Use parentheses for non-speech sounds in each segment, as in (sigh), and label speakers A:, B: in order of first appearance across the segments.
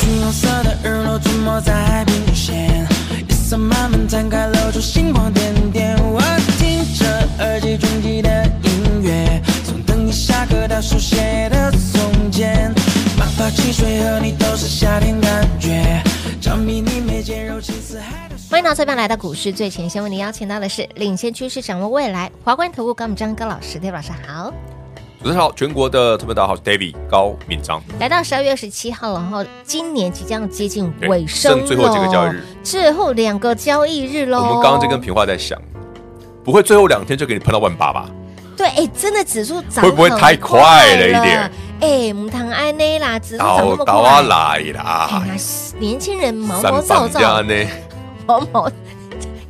A: 金黄色的日落沉没在海平线，夜色慢慢摊开，露出星光点点。我听着耳机中记的音乐，从等你下课到手写的从前，马法汽水和你都是夏天感觉，着迷你眉间柔情似海的。
B: 欢迎到这边来到股市最前线，为您邀请到的是领先趋势、掌握未来华冠投顾高敏章高老师，大家晚上好。
C: 主持人好，全国的特别大家好，我是 David 高敏章，
B: 来到十二月十七号了，然后今年即将接近
C: 对
B: 尾声
C: 哎剩最后几个
B: 咯
C: 交易日，
B: 最后两个交易日喽。
C: 我们刚刚就跟平话在想，不会最后两天就给你喷到万八吧？
B: 对，哎，真的指数涨
C: 会不会
B: 很
C: 太快了一
B: 快
C: 点？
B: 哎，母堂安内啦，指数涨那
C: 倒
B: 么快，
C: 倒啊来啦
B: 哎，呀，那年轻人毛
C: 三
B: 毛躁
C: 绑架
B: 躁，
C: 呢？
B: 毛毛，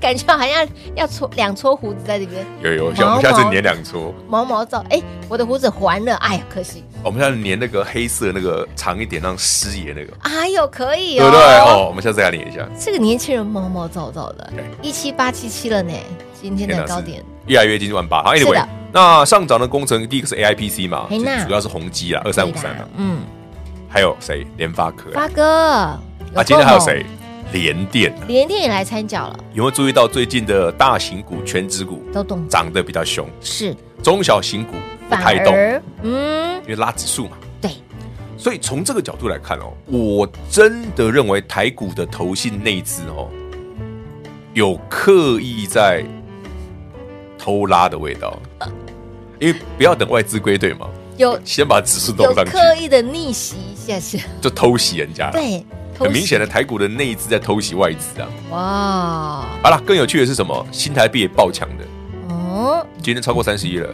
B: 感觉好像要搓两撮胡子在里边，
C: 有有，像我
B: 毛毛
C: 们下次粘两撮，
B: 毛毛躁。哎，我的胡子还了，哎呀，可惜，
C: 我们下次粘那个黑色那个长一点，让师爷那个，
B: 哎呦，可以
C: 对
B: 哦，
C: 不对？哦，我们下次再粘一下，
B: 这个年轻人毛毛躁躁的
C: 对，
B: 一七八七七了呢，今天的啊
C: 天哪
B: 高
C: 是
B: 点，
C: 越来越接近万八。好
B: 是
C: ，Anyway
B: 的。
C: 那上涨的工程，第一个是 AIPC 嘛，
B: 嘿
C: 其
B: 那
C: 实主要是宏基啦，二三五
B: 对
C: 三啊
B: 啦
C: 嘛，
B: 嗯，
C: 还有谁？联发科啦
B: 发哥，哦
C: 啊，今天还有谁？？联电啊，
B: 连电也来参脚了，
C: 有没有注意到最近的大型股、全指股
B: 都动
C: 涨得比较凶？
B: 是，
C: 中小型股不
B: 反
C: 太动，
B: 而，嗯，
C: 因为拉指数嘛。
B: 对，
C: 所以从这个角度来看哦，我真的认为台股的投信内资哦，有刻意在偷拉的味道，因为不要等外资归队嘛，
B: 有
C: 先把指数
B: 哦有
C: 弄上去，
B: 刻意的逆袭一下下，
C: 就偷袭人家了。
B: 对，
C: 很明显的，
B: 偷
C: 台股的内资在偷袭外资啊！
B: 袭哇，
C: 好了，更有趣的是什么？新台币也爆强的，
B: 哦，
C: 今天超过三十一了，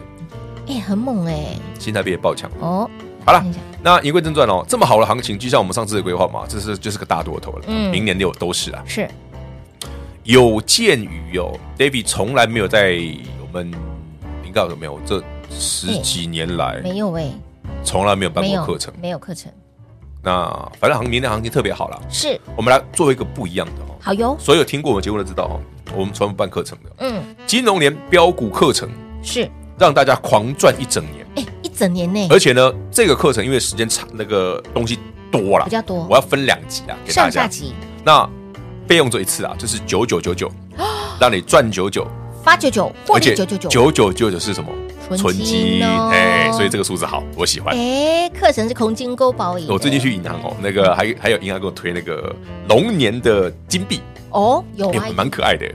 B: 哎、很猛哎、
C: 新台币也爆强。
B: 哦，
C: 好了
B: 看一下，
C: 那言归正传哦，这么好的行情，就像我们上次的规划嘛，这是就是个大多头了，
B: 嗯
C: 明年六都是啊。
B: 是
C: 有鉴于哦，David 从来没有在我们应该有没有这十几年来
B: 没有哎、
C: 从来没有办
B: 没
C: 过
B: 有
C: 课程。
B: 没有课程，
C: 那反正行明年行情特别好了，
B: 是
C: 我们来做一个不一样的哦。
B: 好哟，
C: 所有听过我们节目的知道哦，我们专门办课程的
B: 嗯，
C: 金融联标股课程，
B: 是，
C: 让大家狂赚一整年。
B: 哎、一整年呢、
C: 而且呢，这个课程因为时间长，那个东西多了，
B: 比较多
C: 我要分两集啊，给大
B: 上下
C: 家。
B: 级
C: 那备用只有一次啊，就是九九
B: (gasps)
C: 九九，让你赚九九，
B: 八九九获
C: 而
B: 利
C: 且
B: 九九九，
C: 九九九九是什么？
B: 纯金哦
C: 哎，所以这个数字好，我喜欢。
B: 哎，课程是空金勾保引，
C: 我最近去银行哦，那个还还有银行给我推那个龙年的金币，
B: 哦，有啊
C: 哎，蛮可爱的，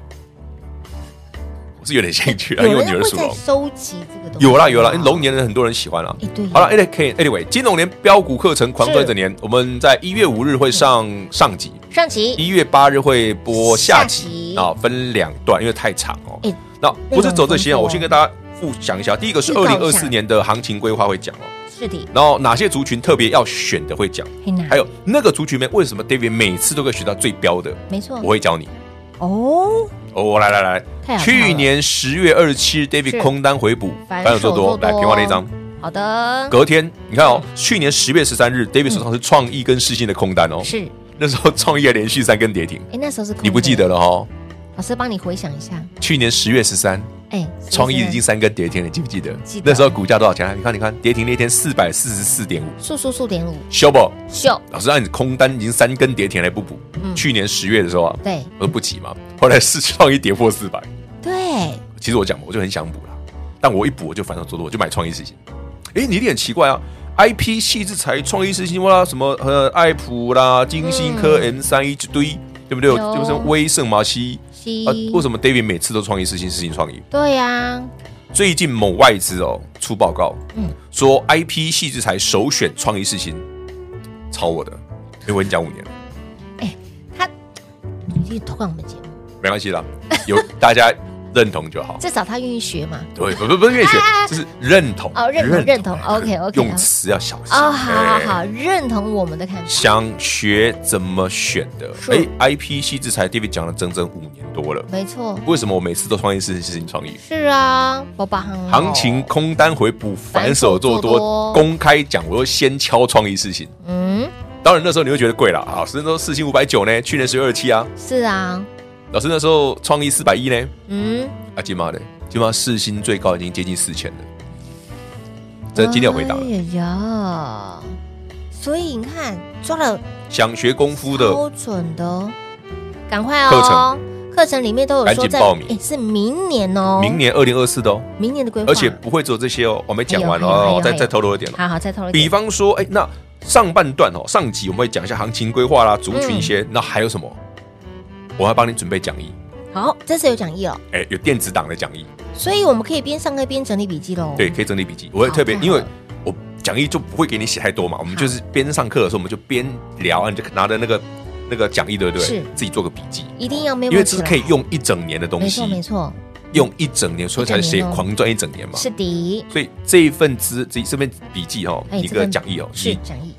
C: 我是有点兴趣啊，因为
B: 有
C: 我女
B: 人
C: 儿
B: 会
C: 属
B: 在
C: 龙。
B: 收集这个东西，哦
C: 有啦有啦，哎龙年的很多人喜欢啦啊
B: 哎对。
C: 好了，Anyway，可以 Anyway，金融年标股课程狂赚整年，我们在一月五日会上
B: 嗯
C: 上集，
B: 上集
C: 一月八日会播下
B: 下集
C: 集啊，分两段，因为太长哦
B: 哎。
C: 那不是走这些
B: 内
C: 哦，
B: 容很丰富哦
C: 我先跟大家复讲一下，第一个是
B: 预
C: 二
B: 告一下
C: 零二四年的行情规划会讲哦，
B: 是的，
C: 然后哪些族群特别要选的会讲，
B: 嘿娜，
C: 还有那个族群里面为什么 David 每次都可以学到最标的，
B: 没错
C: 我，会教你。
B: 哦，
C: 哦，来来来
B: 嗯太好看，了
C: 去年十月二十七日
B: 是
C: ，David 空单回补，
B: 反
C: 反手做多，来平花那一张。，
B: 好的，
C: 隔天，你看哦，去年十月十三日，David 手上是创意跟世新的空单哦，
B: 嗯是，
C: 那时候创意还连续三根跌停，
B: 哎，那时候是空
C: 你不记
B: 的
C: 得了哦？
B: 老师帮你回想一下，
C: 去年十月十三，
B: 哎，
C: 创意已经三根跌停了，你记不记得
B: 记得？
C: 那时候股价多少钱啊？你看，你看，跌停那天四百四十四点五，
B: 速速速点五
C: 修不？
B: 秀，
C: 老师让你空单已经三根跌停了，还不补？去年十月的时候啊，
B: 嗯对
C: 我说不急嘛，后来是创意跌破四百，
B: 对，
C: 其实我讲我就很想补啦，但我一补我就反手做多，我就买创意世新。诶，你有点奇怪啊，IP 细制材、创意世新啦，什么呃爱普啦、金星科、M 三一堆，对不对？
B: 嗯有
C: 就是威盛、马西
B: 西
C: 啊，为什么 David 每次都创意世新、世新创意？
B: 对啊呀，
C: 最近某外资哦出报告，
B: 嗯
C: 说 IP 细制材首选创意世新，超我的，因为我已经讲五年了，
B: 哎，他你去投看我们节目， (laughs)
C: 没关系啦，有大家认同就好。
B: 至少他愿意学嘛。
C: 对，不不不是越学，就是认同
B: 啊哦认同认同
C: 哎
B: OK，OK，
C: 用词要小心
B: 哦，好好
C: 哎
B: 好，认同我们的看法，
C: 想学怎么选的？
B: 是
C: 哎，IP 细制裁 David 讲了整整五年多了，
B: 没错，
C: 为什么我每次都创业是事情创意？
B: 是啊，宝宝很好
C: 行情，空单回补，反手做
B: 反手做多
C: 多，公开讲，我说先敲创意事情。
B: 嗯，
C: 当然那时候你会觉得贵了啊，老师那时候四千五百九呢，去年十月二七啊，
B: 是啊，
C: 老师那时候创意四百一呢，
B: 嗯，
C: 啊，金妈的，金妈四星最高已经接近四千了，这今天有回答了
B: 哎。呀，所以你看抓了
C: 想学功夫的，
B: 超准的哦，赶快哦，
C: 课
B: 程课程里面都有
C: 赶
B: 说
C: 紧
B: 在，
C: 报名
B: 哎是明年哦，
C: 明年二零二四的哦，
B: 明年的规划，
C: 而且不会只有这些哦，我没讲完
B: 哎呦哎呦哎
C: 哦，
B: 呦
C: 再
B: 哎呦
C: 再透露一点哦。
B: 好好再透露一
C: 比
B: 点，
C: 方说，哎、那上半段哦，上集我们会讲一下行情规划啦、族群一
B: 嗯
C: 些，那还有什么？我要帮你准备讲义，
B: 好，这次有讲义哦，
C: 哎、有电子档的讲义，
B: 所以我们可以边上课边整理笔记喽，
C: 对，，可以整理笔记。我会
B: 好
C: 特别，
B: 太好
C: 因为
B: 了
C: 我讲义就不会给你写太多嘛，我们就是边上课的时候，我们就边聊，啊你就拿着那个那个讲义，对不对？
B: 是
C: 自己做个笔记，
B: 一定要 memo
C: 因为这是
B: 起来
C: 可以，用一整年的东
B: 没
C: 西
B: 错，没错，
C: 用一整年，所以才
B: 一整
C: 写
B: 年哦
C: 狂赚一整年嘛。
B: 是的，
C: 所以这一份资，这这份笔记哦，
B: 哎
C: 一
B: 这
C: 个
B: 份
C: 讲义哦，
B: 是
C: 你
B: 讲义，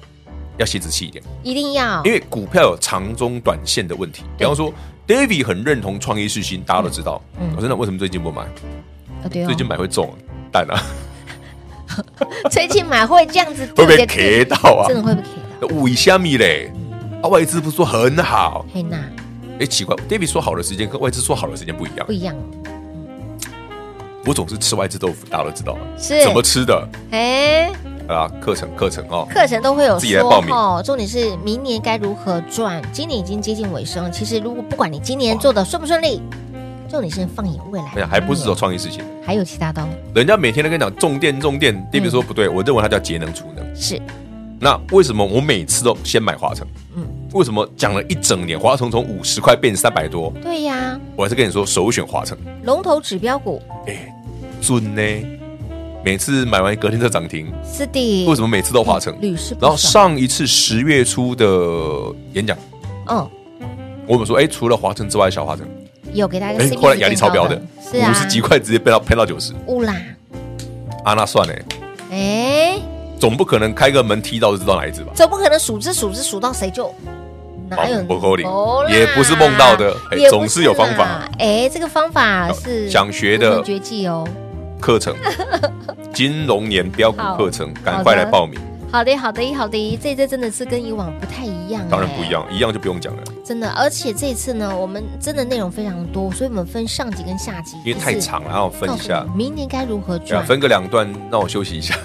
C: 要写仔细一点。
B: 一定要，
C: 因为股票有长中短线的问题。比方说，David 很认同创意世新，大家都知道。
B: 嗯嗯
C: 我真的为什么最近不买？
B: 啊对哦 (laughs)
C: 最近买会中蛋啊，
B: 最近买会这样子，
C: 会被 K 到啊
B: 真的会被 K 到，
C: 五以虾米嘞。啊，外资不是说很好？
B: 嘿娜
C: 哎，奇怪，David 说好的时间跟外资说好的时间不一样
B: 不。一样，
C: 我总是吃外资豆腐，大家都知道啊
B: 是
C: 怎么吃的
B: 哎。
C: 啊？课程课程哦，
B: 课程都会有
C: 自己来
B: 说
C: 报名
B: 哦，重点是明年该如何赚。今年已经接近尾声，其实如果不管你今年做的顺不顺利，重点是放眼未来。
C: 哎呀，还不是走
B: 明
C: 创意世新。
B: 年还有其他的哦，
C: 人家每天都跟你讲重电重
B: 嗯
C: 电，David 说不对，我认为它叫节能储能。
B: 是
C: 那为什么我每次都先买华晨？
B: 嗯
C: 嗯，为什么讲了一整年，华晨从五十块变三百多？
B: 对呀，
C: 我还是跟你说首选华晨，
B: 龙头指标股
C: 哎，准呢。每次买完隔天就涨停，
B: 是的。
C: 为什么每次都华晨？
B: 屡试不
C: 然后
B: 爽？
C: 上一次十月初的演讲，
B: 嗯，
C: 我们说，哎，除了华晨之外，小华晨，
B: 有给大家
C: 哎
B: CP，
C: 后来压力超标的，
B: 是啊，
C: 五十几块直接飙到喷到九十，
B: 乌啦，
C: 啊，那算嘞，
B: 哎，
C: 总不可能开个门踢到就知道哪一只吧？
B: 总不可能数只数只数到谁就。哪有
C: 哦不合理
B: 哦啦
C: 也不是梦到的哎
B: 也不
C: 总是有方法
B: 啦。哎，这个方法是
C: 想学的
B: 独门绝技哦。(laughs)
C: 课程，金融年标股课程，赶快来报名，
B: 好的，好的，好的，这次真的是跟以往不太一样，
C: 当然不一，
B: 哎
C: 样，一样就不用讲了，
B: 真的。而且这次呢，我们真的内容非常多，所以我们分上集跟下集，
C: 因为太
B: 就是
C: 长了，然后分
B: 告
C: 一
B: 诉
C: 下
B: 你，明年该如何
C: 对啊
B: 赚。
C: 分个两段，让我休息
B: (laughs)
C: 一下，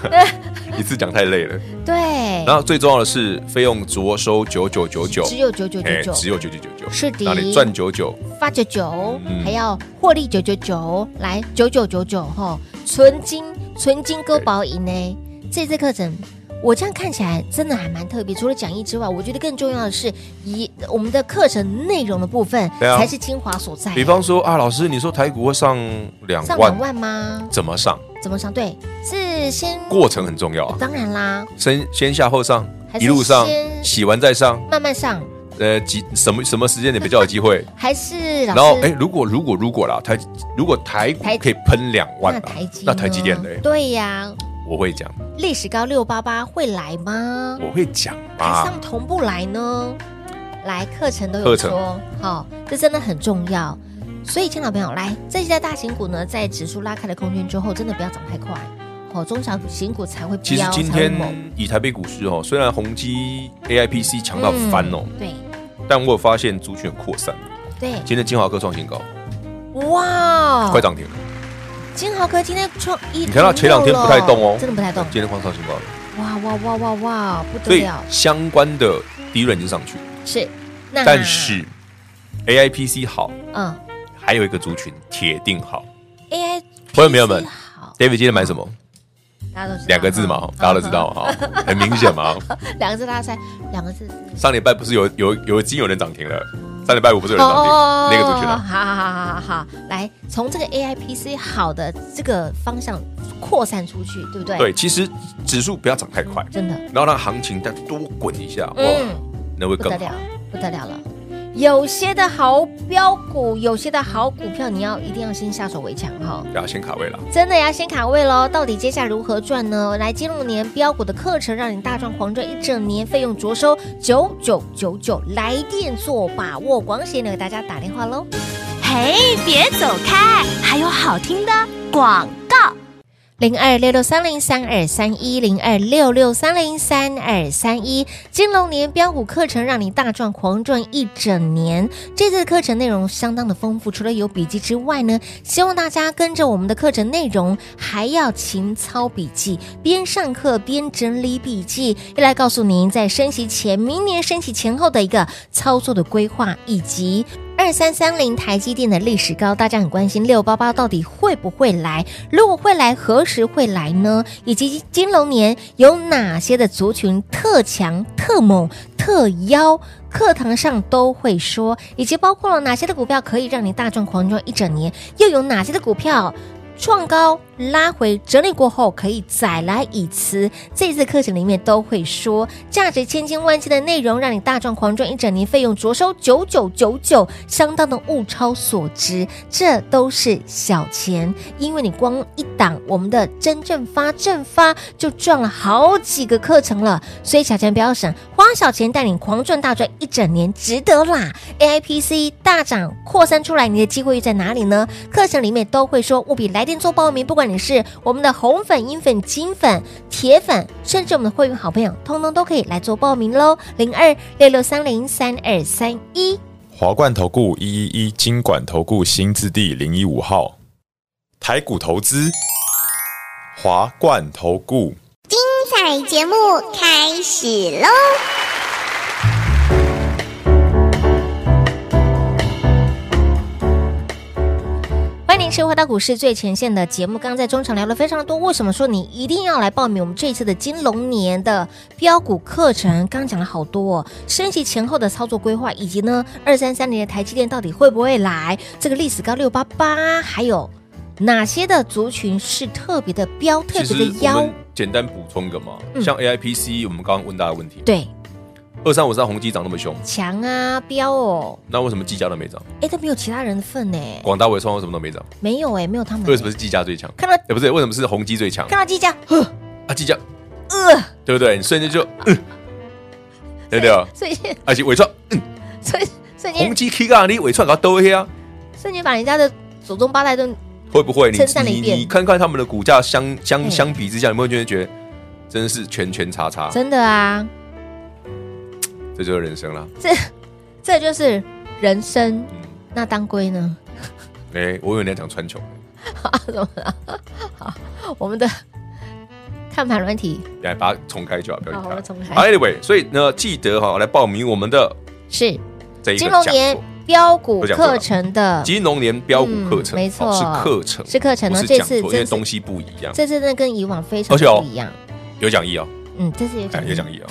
C: 一次讲太累了。
B: 哎对，
C: 然后最重要的是，费用着收九九九九，
B: 只有九九
C: 哎
B: 九九，
C: 只有九九九九，
B: 是的
C: 那你赚九九，
B: 发九九，
C: 嗯
B: 还要获利九九九，来九九九九哈，纯金纯金哥宝银呢。这次课程我这样看起来真的还蛮特别，除了讲义之外，我觉得更重要的是以我们的课程内容的部分、
C: 对啊
B: 才是精华所在。
C: 比方说啊，老师，你说台股会上两
B: 哎上
C: 万
B: 两，万吗？
C: 怎么上？
B: 怎么上？对，是先
C: 过程很重要啊，
B: 当然啦，
C: 先先下后上，
B: 还是
C: 一路上
B: 先
C: 洗完再上，
B: 慢慢上，
C: 呃，几什么什么时间点比较有机会？
B: 还是 (laughs) 老
C: 然
B: 师
C: 后哎，如果如果如果啦，台如果台股
B: 台
C: 可以喷两万
B: 那
C: 啦
B: 台积，
C: 那台积电嘞
B: 呢？，对呀、
C: 我会讲，
B: 历史高六八八会来吗？
C: 我会讲
B: 台
C: 啊
B: 上，同步来呢？来课程都有
C: 课程
B: 说，好、这真的很重要。所以，亲爱的朋友，来这些大型股呢，在指数拉开的空间之后，真的不要涨太快，哦，中小型股才会
C: 其实
B: 飙，
C: 今
B: 才会
C: 天
B: 猛。
C: 以台北股市哦，虽然宏基 AIPC 强到
B: 嗯
C: 翻哦，
B: 对
C: 但我有发现族群有扩散。
B: 对，
C: 今天金华科创新高，
B: 哦哇
C: 快！涨停了。
B: 金豪哥今天创一，
C: 你看到前两天不太动哦
B: 真的不太动。
C: 今天快创新高了，
B: 哇哇哇哇哇，不
C: 所
B: 得
C: 以
B: 了！
C: 相关的低润已经上去了，
B: 是，那
C: 但是 AIPC 好，
B: 嗯
C: 还有一个族群铁定好。
B: ，AI
C: 朋友们
B: PC 好，
C: David 今天买什么？
B: 大家都知道
C: 两个字嘛，哦
B: 哈
C: 哈大家都知道，
B: 嗯
C: 哈，很明显嘛。哈
B: (laughs) 两个字大家猜，两个字是
C: 上礼拜不是有有有已经有人涨停了，上礼拜五不是有人涨停
B: 哦，
C: 那个族群
B: 好
C: 啊？
B: 好好好好，来从这个 A I P C 好的这个方向扩散出去，对不对？，
C: 对，其实指数不要涨太快，
B: 真的，
C: 然后让行情再多滚一下，哇
B: 嗯，
C: 那会
B: 不
C: 更
B: 得
C: 好
B: 了。，不得了了。有些的好标股，有些的好股票，你要一定要先下手为强哈、
C: 要先卡位了。
B: 真的要先卡位喽！到底接下来如何赚呢？来金融年标股的课程，让你大赚狂赚一整年，费用着收九九九九，来电做把握。广喜呢给大家打电话喽。
D: 嘿，别走开，还有好听的广告。
B: 零二六六三零三二三一零二六六三零三二三一金龙年标股课程让你大赚狂赚一整年。这次的课程内容相当的丰富，除了有笔记之外呢，希望大家跟着我们的课程内容，还要勤操笔记，边上课边整理笔记，要来告诉您在升息前、明年升息前后的一个操作的规划以及。二三三零台积电的历史高，大家很关心六八八到底会不会来？如果会来，何时会来呢？以及金龙年有哪些的族群特强、特猛、特妖？课堂上都会说，以及包括了哪些的股票可以让你大赚狂赚一整年，又有哪些的股票创高拉回整理过后可以再来一次。这次课程里面都会说，价值千金万金的内容，让你大赚狂赚一整年，费用着收九九九九，相当的物超所值。这都是小钱，因为你光一档我们的真正发正发就赚了好几个课程了，所以小钱不要省，花小钱带你狂赚大赚一整年，值得啦！AIPC 大涨扩散出来，你的机会又在哪里呢？课程里面都会说，务必来电做报名，不管你是我们的红粉、银粉、金粉、铁粉，甚至我们的会员好朋友，通通都可以来做报名喽。零二六六三零三二三一。
E: 华冠投顾一一一金管投顾新字第零一五号，台股投资，华冠投顾。
F: 彩节目开始喽！
B: 欢迎收回到股市最前线的节目。刚刚在中场聊了非常的多，为什么说你一定要来报名我们这一次的金龙年的标股课程？刚刚讲了好多、哦，升息前后的操作规划，以及呢二三三零的台积电到底会不会来？这个历史高六八八，还有哪些的族群是特别的标、特
C: 其
B: 别
C: 实
B: 的
C: 我
B: 妖
C: 们？简单补充一个嘛，
B: 嗯
C: 像 AIPC，我们刚刚问大家的问题，
B: 对，
C: 二三五三宏基涨那么凶，
B: 强啊，标哦，
C: 那为什么技嘉都没涨？
B: 哎，都没有其他人的份呢，
C: 广大伟创为什么都没涨？
B: 没有哎，没有他们的。
C: 为什么是技嘉最强？
B: 看到
C: 哎，不是，为什么是宏基最强？
B: 看到计价，呵
C: 啊，技嘉，
B: 呃，
C: 对不对？你瞬间就，嗯，对不对？
B: 瞬间
C: 而且伟创，嗯，
B: 瞬瞬
C: 宏
B: 间
C: 基 K 杠你伟创搞兜黑啊，
B: 瞬间把人家的祖宗八代都
C: 会不会？你
B: 称赞了一
C: 你
B: 遍
C: 你看看他们的股价相
B: 嘿
C: 相相比之下，有没有觉得觉得真的是圈圈叉叉？嗯
B: 真的啊，
C: 这就是人生啦。
B: 这就是人生。
C: 嗯，
B: 那当归呢？ (laughs)
C: 哎，我有点讲穿穷，
B: 怎么了？好，我们的 (laughs) 看盘软体，哦
C: 来把它重开就好，不要
B: 好，我
C: 理
B: 们
C: 它。
B: 重
C: 好
B: 来。
C: ，Anyway，所以呢，记得哈来报名我们的
B: 是
C: 这一个
B: 金龙
C: 讲
B: 年
C: 座，
B: 标股课程的，
C: 金融年标股课程，
B: 嗯没错
C: 哦是课程，
B: 是课程哦
C: 不是
B: 这
C: 讲
B: 次
C: 座，因为
B: 这次
C: 东西啊不一样，
B: 这次真的跟以往非常
C: 而且哦
B: 不一样。
C: 有讲义哦，
B: 嗯，这次有
C: 哎
B: 讲，
C: 有讲义哦，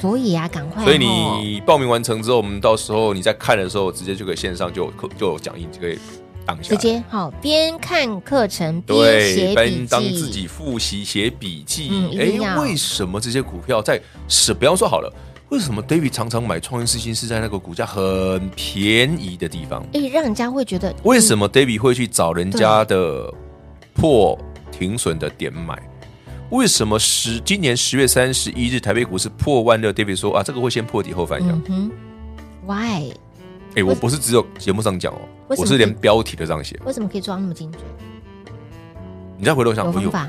B: 所以啊，赶快哦。
C: 所以你报名完成之后，我们到时候你在看的时候，直接就可以线上就有课就有讲义，就可以当下
B: 直。接好，边看课程边
C: 对，
B: 写笔
C: 边当
B: 记，
C: 自己复习写笔记
B: 嗯一。定
C: 哎、
B: 要
C: 为什么这些股票在是不要说好了？为什么 David 常常买创业四星是在那个股价很便宜的地方？
B: 哎，让人家会觉得
C: 为什么 David 会去找人家的破停损的点买？为什么十今年十月三十一日台北股市破万六？David 说啊，这个会先破底后反扬
B: 嗯。哼，Why？
C: 哎、我不是只有节目上讲哦，
B: 为什么
C: 我是连标题都这样写。
B: 为什么可以抓那么精准？
C: 你再回头想，
B: 有
C: 哎
B: 方
C: 呦，
B: 法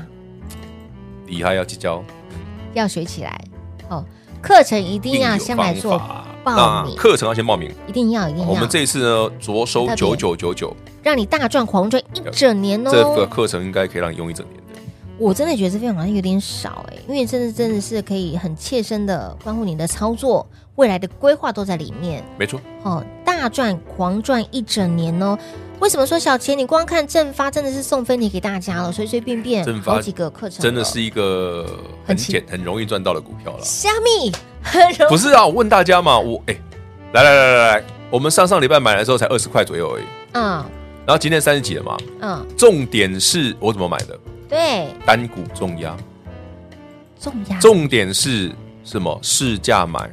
C: 厉害要计较，
B: 要学起来哦。课程一定要
C: 一定
B: 先
C: 有
B: 来
C: 方
B: 做
C: 法。
B: 报名
C: 那，课程要先报名。
B: 一定要一定
C: 好
B: 要。
C: 我们这一次呢，着收
B: 特别
C: 九九九九，
B: 让你大赚狂赚一整年
C: 这个
B: 哦！
C: 课程应该可以让你用一整年的。
B: 我真的觉得这份好像有点少哎、因为真的真的是可以很切身的关乎你的操作、未来的规划都在里面
C: 没错，
B: 哦，大赚狂赚一整年哦。为什么说小钱？你光看正发真的是送分题给大家了，随随便便
C: 正发
B: 好几个课程了，
C: 真的是一个
B: 很
C: 很
B: 奇
C: 简、很容易赚到的股票了。
B: 虾米很容
C: (laughs) 不是啊，我问大家嘛，我哎、来来来来来，我们上上礼拜买的时候才二十块左右而已，
B: 嗯
C: 然后今天三十几了嘛。
B: 嗯，
C: 重点是我怎么买的？
B: 对，
C: 单股重压，
B: 重压
C: 重点是什么？市价买。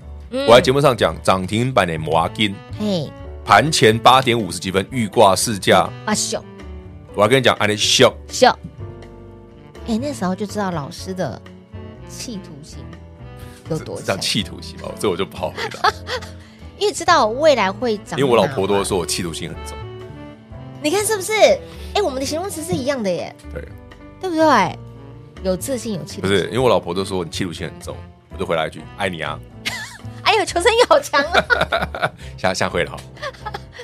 C: 我在节目上讲涨停板的摩金，
B: 嘿，
C: 盘前八点五十几分预挂市价，
B: 啊秀
C: 我还跟你讲，安利秀
B: 秀，哎、那时候就知道老师的企图心有多
C: 这
B: 强
C: 样，企图心哦吧，这我就不好回答，
B: 因为知道未来会涨。
C: 因为我老婆都，说我企图心很重。
B: 你看是不是？哎、我们的形容词是一样的耶，
C: 对，
B: 对不对？有自信，有企
C: 不
B: 图
C: 是，
B: 心。
C: 因为我老婆都说你企图心很重，我就回来一句爱你啊，
B: 哎呦，求生欲好强啊！ (laughs)
C: 下下回了哈，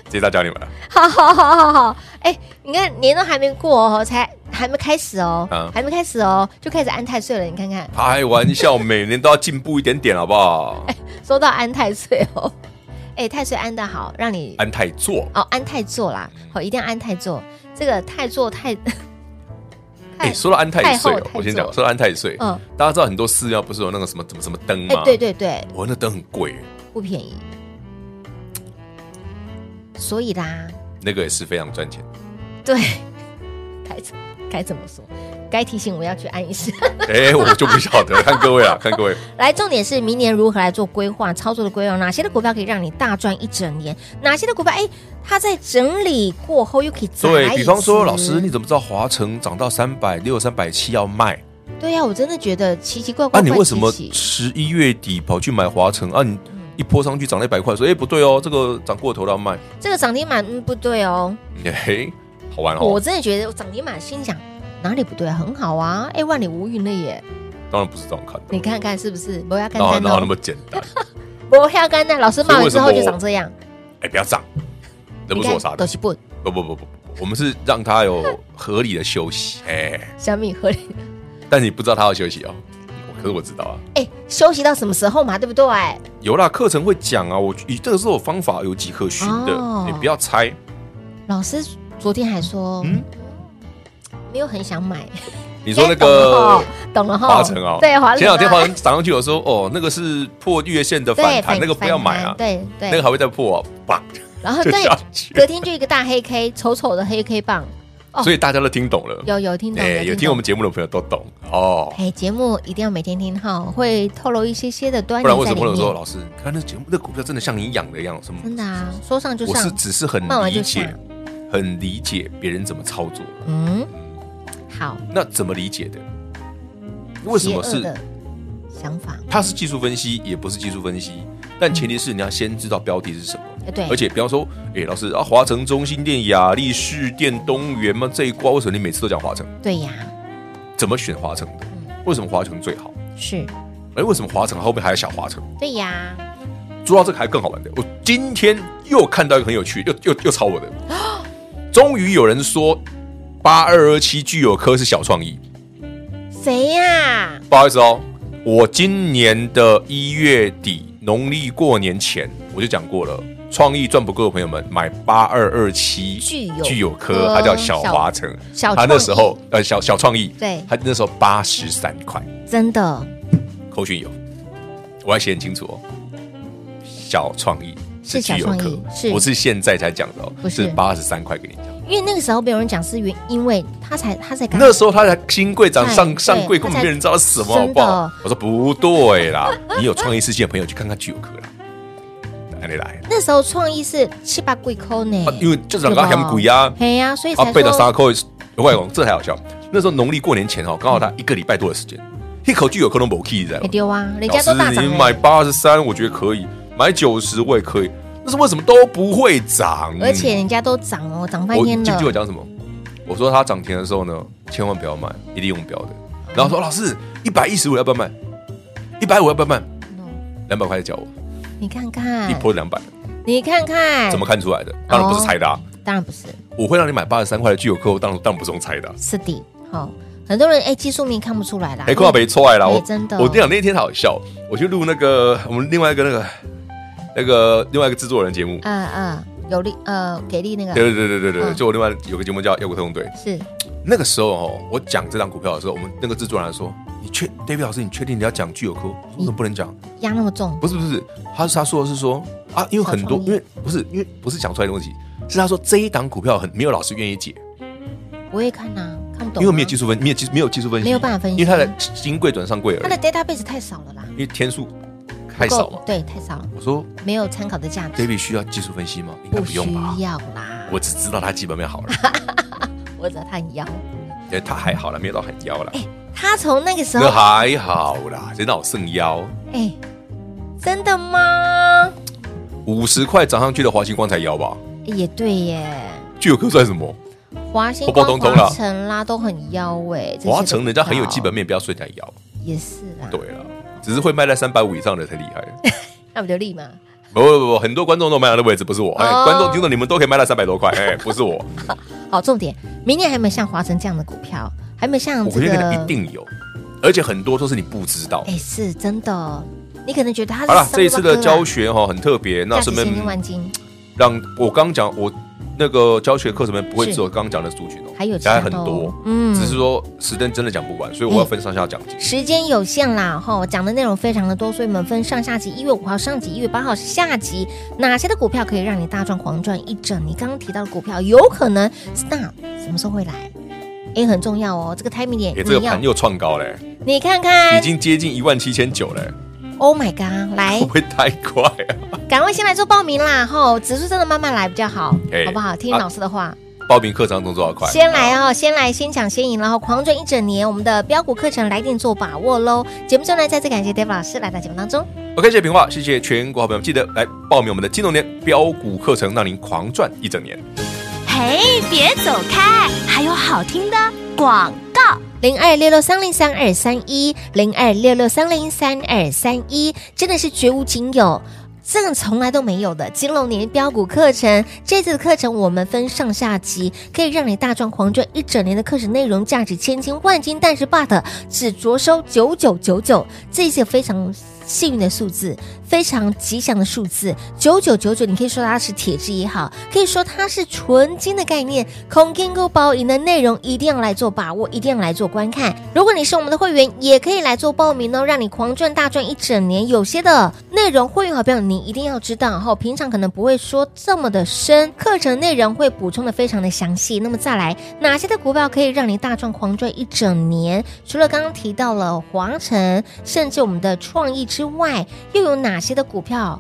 C: 这招教你们了。
B: 好好好好好，哎、你看年都还没过哦，才还没开始哦，
C: 嗯
B: 还没开始哦，就开始安太岁了。你看看，
C: 开玩笑，每年都要进步一点点，好
B: (laughs)
C: 不好？
B: 说到安太岁哦，哎、太岁安的好，让你
C: 安泰座，
B: 哦安太座啦，好、一定要安太座。这个太座
C: (laughs)
B: 太，
C: 哎、说到安泰
B: 太
C: 岁
B: 后
C: 哦、
B: 太
C: 我先
B: 座
C: 讲，说到安泰岁，
B: 嗯，
C: 大家知道很多寺庙不是有那个什么什么什么灯
B: 哎、
C: 吗？
B: 对，对对，
C: 我那灯很贵，
B: 不便宜。所以啦，
C: 那个也是非常赚钱。 (laughs)
B: 对， (laughs) 该怎该怎么说？该提醒我要去安一下。 (laughs)
C: 哎、我就不晓得，看各位啊，看各位，
B: 来，重点是明年如何来做规划、操作的规划，哪些的股票可以让你大赚一整年？哪些的股票，哎，它在整理过后又可以再来
C: 对
B: 一
C: 比方说，
B: 次
C: 老师，你怎么知道华城涨到三百六、三百七要卖？
B: 对呀、我真的觉得奇奇怪
C: 啊，
B: 怪。
C: 你
B: 怪
C: 为什么
B: 奇奇
C: 十一月底跑去买华城？啊，你一波上去涨了一百块，说哎、不对哦，这个涨过头了要卖。
B: 这个涨停板？嗯，不对哦。
C: (laughs) 嘿、好玩
B: 我
C: 哦，
B: 真的觉得涨停板，心想哪里不对，很好啊，哎，万里无云了耶！
C: 当然不是这样看的，
B: 你看看是不是？不要干
C: 哪有
B: 单
C: 哪有那
B: 哦，
C: 么简单？
B: 不要干单，老师骂完之后
C: 所以为
B: 就
C: 什么
B: 长这样，
C: 哎、不要涨，那不是我杀
B: 都
C: 的，
B: 是不
C: 不不不不，我们是让他有合理的休息，哎、
B: 小米合理。
C: 但你不知道他要休息哦，可是我知道啊，
B: (laughs) 哎，休息到什么时候嘛？对不对？
C: 有啦，课程会讲啊，我以这个是我方法，有迹可循的，
B: 哦
C: 你不要猜，
B: 老师昨天还说，
C: 嗯
B: 嗯，没有很想买。
C: 你说那
B: 哎
C: 个。
B: (laughs) 懂了哈，
C: 华城哦，
B: 哦对华啊城，
C: 前两天华城涨上去，我说哦，那个是破月线的反
B: 对
C: 弹，那个不要买啊，
B: 对对，
C: 那个还会再破、啊，棒
B: 然后
C: 就
B: 对
C: 下，去
B: 隔天就一个大黑 K，丑丑的黑 K 棒，哦
C: 所以大家都听懂了，
B: 有有听懂，
C: 哎，有听我们。节目的朋友都懂哦，
B: 哎，节目一定要每天听哈，会透露一些些的端
C: 不然为
B: 倪在
C: 什么
B: 里
C: 会
B: 面。
C: 有人说老师，你看那节目那股票真的像你养的一样，什么？
B: 真的啊，说上就
C: 我是
B: 上，
C: 只是很
B: 慢慢
C: 理
B: 就
C: 解
B: 上，
C: 很理解别人怎么操作，
B: 嗯，好，
C: 那怎么理解的？为什么
B: 邪恶
C: 是
B: 的想法？
C: 它是技术分析，也不是技术分析，但前提是你要先知道标的是什么。
B: 哎，对，
C: 而且比方说，哎、老师啊，华城、中心店、雅力士店、东元嘛，这一挂为什么你每次都讲华城？
B: 对呀，
C: 怎么选华城的？
B: 嗯
C: 为什么华城最好？
B: 是，
C: 哎、为什么华城后面还有小华城？
B: 对呀，
C: 说到这个还更好玩的，我今天又看到一个很有趣，又又又抄我的。终于有人说八二二七具有科是小创意，
B: 谁呀？
C: 不好意思哦，我今年的一月底农历过年前我就讲过了。创意赚不够的朋友们，买八二二七
B: 具有
C: 具有科，
B: 科
C: 它叫小华城，
B: 小
C: 他
B: 创
C: 那时候呃小哦小创意，
B: 对
C: 他那时候八十三块，
B: 真的
C: 口讯有，我要写很清楚哦，小创意
B: 是
C: 具
B: 小
C: 有
B: 创
C: 科
B: 意是
C: 不是现在才讲的哦，
B: 不是
C: 八十三块给你讲，
B: 因为那个时候没有人讲是原，因为他才他才刚
C: 那时候他才新贵涨
B: 对
C: 上
B: 哎对
C: 上柜，
B: 他
C: 根本
B: 才
C: 没人知道是什么，
B: 真的
C: 好不好？我说不对啦， (laughs) 你有创意事件的朋友去看看具有科啦，来来来，
B: 那时候创意是七八贵扣呢
C: 啊，因为就是两个嫌贵
B: 对
C: 啊
B: 吧嘿呀，所以
C: 啊
B: 才
C: 背到
B: 说
C: 沙扣，我跟你讲这才好笑，那时候农历过年前哦，刚好他一个礼拜多的时间，一口具有科都没 key 在
B: 没。丢啊，人家都大
C: 老师
B: 涨
C: 你
B: 了
C: 买八十三，我觉得可以；买九十我也可以。但是为什么都不会涨？
B: 而且人家都涨哦，涨
C: 我
B: 半
C: 你
B: 天
C: 记不记得我
B: 了，
C: 讲什么？我说它涨停的时候呢，千万不要卖，一定用标的。然
B: 嗯
C: 后说老师，一百一十五要不要卖？一百五要不要卖？两百块钱叫我，
B: 你看
C: 一
B: 看，
C: 波两百，
B: 你看看，
C: 怎么看出来的？当然不是
B: 哦
C: 猜的、啊。
B: 当然不是，
C: 我会让你买八十三块的具有客户，当然当然不是用猜的、啊。
B: 是的，好，很多人哎，技术面看不出来啦，
C: 哎，快要被错来了！
B: 哎
C: 我
B: 真的
C: 我跟你讲那天好笑，我去录那个我们另外一个那个那个另外一个制作人节目，
B: 嗯嗯，有力呃给力那个
C: 对对对对对对，
B: 嗯
C: 就我另外有个节目叫《妖股特工队》，
B: 是
C: 那个时候哦，我讲这张股票的时候，我们那个制作人还说：“你确 David 老师，你确定你要讲具有科？为什么不能讲？
B: 压那么重，
C: 不是不是，他是他说的是说啊，因为很多
B: 小创意
C: 因为不是因为不是讲出来的问题，是他说这一档股票很没有老师愿意解，
B: 我也看呐，看不懂啊，
C: 因为没有技术分，没有技没有技术分析，
B: 没有办法分析
C: 因为他的新贵转上柜
B: 它
C: 而
B: 的
C: 已，
B: database 太少了啦，
C: 因为天数太少
B: 够
C: 了。
B: 对，太少了，
C: 我说
B: 没有参考的价值，
C: David 需要技术分析吗？应该
B: 不
C: 不
B: 需
C: 用吧。
B: 要啦。
C: 我只知道他基本面好了，
B: 我知道他很妖，
C: 呃，他还好了，没有到很妖了，
B: 他从那个时候
C: 那，还好啦，真的好剩妖，
B: 哎，真的吗？
C: 五十块涨上去的华星光才妖吧？
B: 哎也对耶，
C: 聚友科算什么？
B: 华星、
C: 我不懂懂了
B: 华晨啦都很妖哎，
C: 华城人家很有基本
B: 面，
C: 面，不要睡在妖。
B: 也是啦，
C: 对了，只是会卖在三百五以上的才厉害。
B: 那不就立吗？
C: 不不不，很多观众都卖到那位置，不是我。哎，
B: 哦
C: 观众听众你们都可以卖到三百多块，哎，不是
B: (laughs)
C: 我，
B: 好，重点，明年还有没有像华晨这样的股票？还没有像
C: 我
B: 这
C: 觉得
B: 个？
C: 一定有，而且很多都是你不知道。
B: 哎，是真的哦。你可能觉得他是
C: 好了，
B: 三
C: 这一次
B: 八
C: 的
B: 哥啊
C: 教学哈很特别，那
B: 价
C: 顺
B: 值千金
C: 便
B: 万金，
C: 让我刚讲我那个教学课程里面不会只有刚刚讲的族群哦，
B: 还有其
C: 还
B: 他
C: 很
B: 的哦
C: 多，
B: 嗯
C: 只是说时间真的讲不完，所以我要分上下讲解。
B: 时间有限啦，哈，讲的内容非常的多，所以我们分上下集，一月五号上集，一月八号下集，哪些的股票可以让你大赚狂赚一整？你刚刚提到的股票，有可能 star 什么时候会来？哎，很重要哦，这个 timing 点
C: 哎，这个
B: 你要
C: 盘又创高嘞，
B: 你看
C: 已
B: 看
C: 经哦接近一万七千九嘞，
B: ，Oh my god，来
C: 会不，会太快啊？
B: 赶快先来做报名啦，哈，指数真的慢慢来比较好，
C: 哎
B: 好不好？听
C: 啊
B: 老师的话。
C: 报名课程动作要快，
B: 先来哦，先来，先抢先赢，然后狂赚一整年。我们的标股课程来电做把握喽。节目最后呢，再次感谢 David 老师来到节目当中。
C: OK，谢谢平话，谢谢全国好朋友们，记得来报名我们的金融年标股课程，让您狂赚一整年。
D: 嘿，别走开，还有好听的广告。
B: 零二六六三零三二三一，零二六六三零三二三一，真的是绝无仅有。这个从来都没有的金龙年标股课程，这次的课程我们分上下集，可以让你大赚狂赚一整年的课程内容，价值千金万金。但是 but 只着收九九九九，这是非常幸运的数字，非常吉祥的数字。九九九九，你可以说它是铁质也好，可以说它是纯金的概念。空金购包赢的内容一定要来做把握，一定要来做观看。如果你是我们的会员，也可以来做报名哦，让你狂赚大赚一整年。有些的内容，会员好朋友你一定要知道哈，平常可能不会说这么的深，课程内容会补充的非常的详细。那么再来，哪些的股票可以让你大赚狂赚一整年？除了刚刚提到了华晨，甚至我们的创意之外，又有哪些的股票？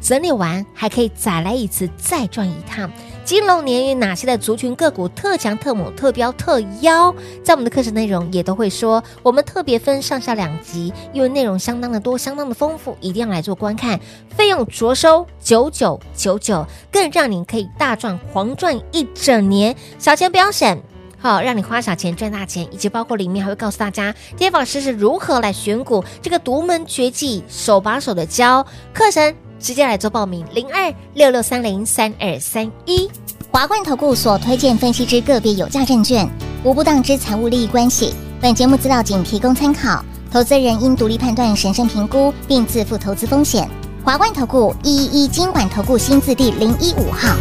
B: 整理完还可以再来一次，再转一趟。金龙年有哪些的族群个股特强、特猛、特标、特妖，在我们的课程内容也都会说。我们特别分上下两集，因为内容相当的多，相当的丰富，一定要来做观看。费用着收九九九九，更让你可以大赚狂赚一整年，小钱不要省。好，让你花小钱赚大钱，以及包括里面还会告诉大家跌老师是如何来选股这个独门绝技，手把手的教课程，直接来做报名零二六六三零三二三一。
F: 华冠投顾所推荐分析之个别有价证券，无不当之财务利益关系。本节目资料仅提供参考，投资人应独立判断、审慎评估，并自负投资风险。华冠投顾一一一金管投顾新字第零一五号。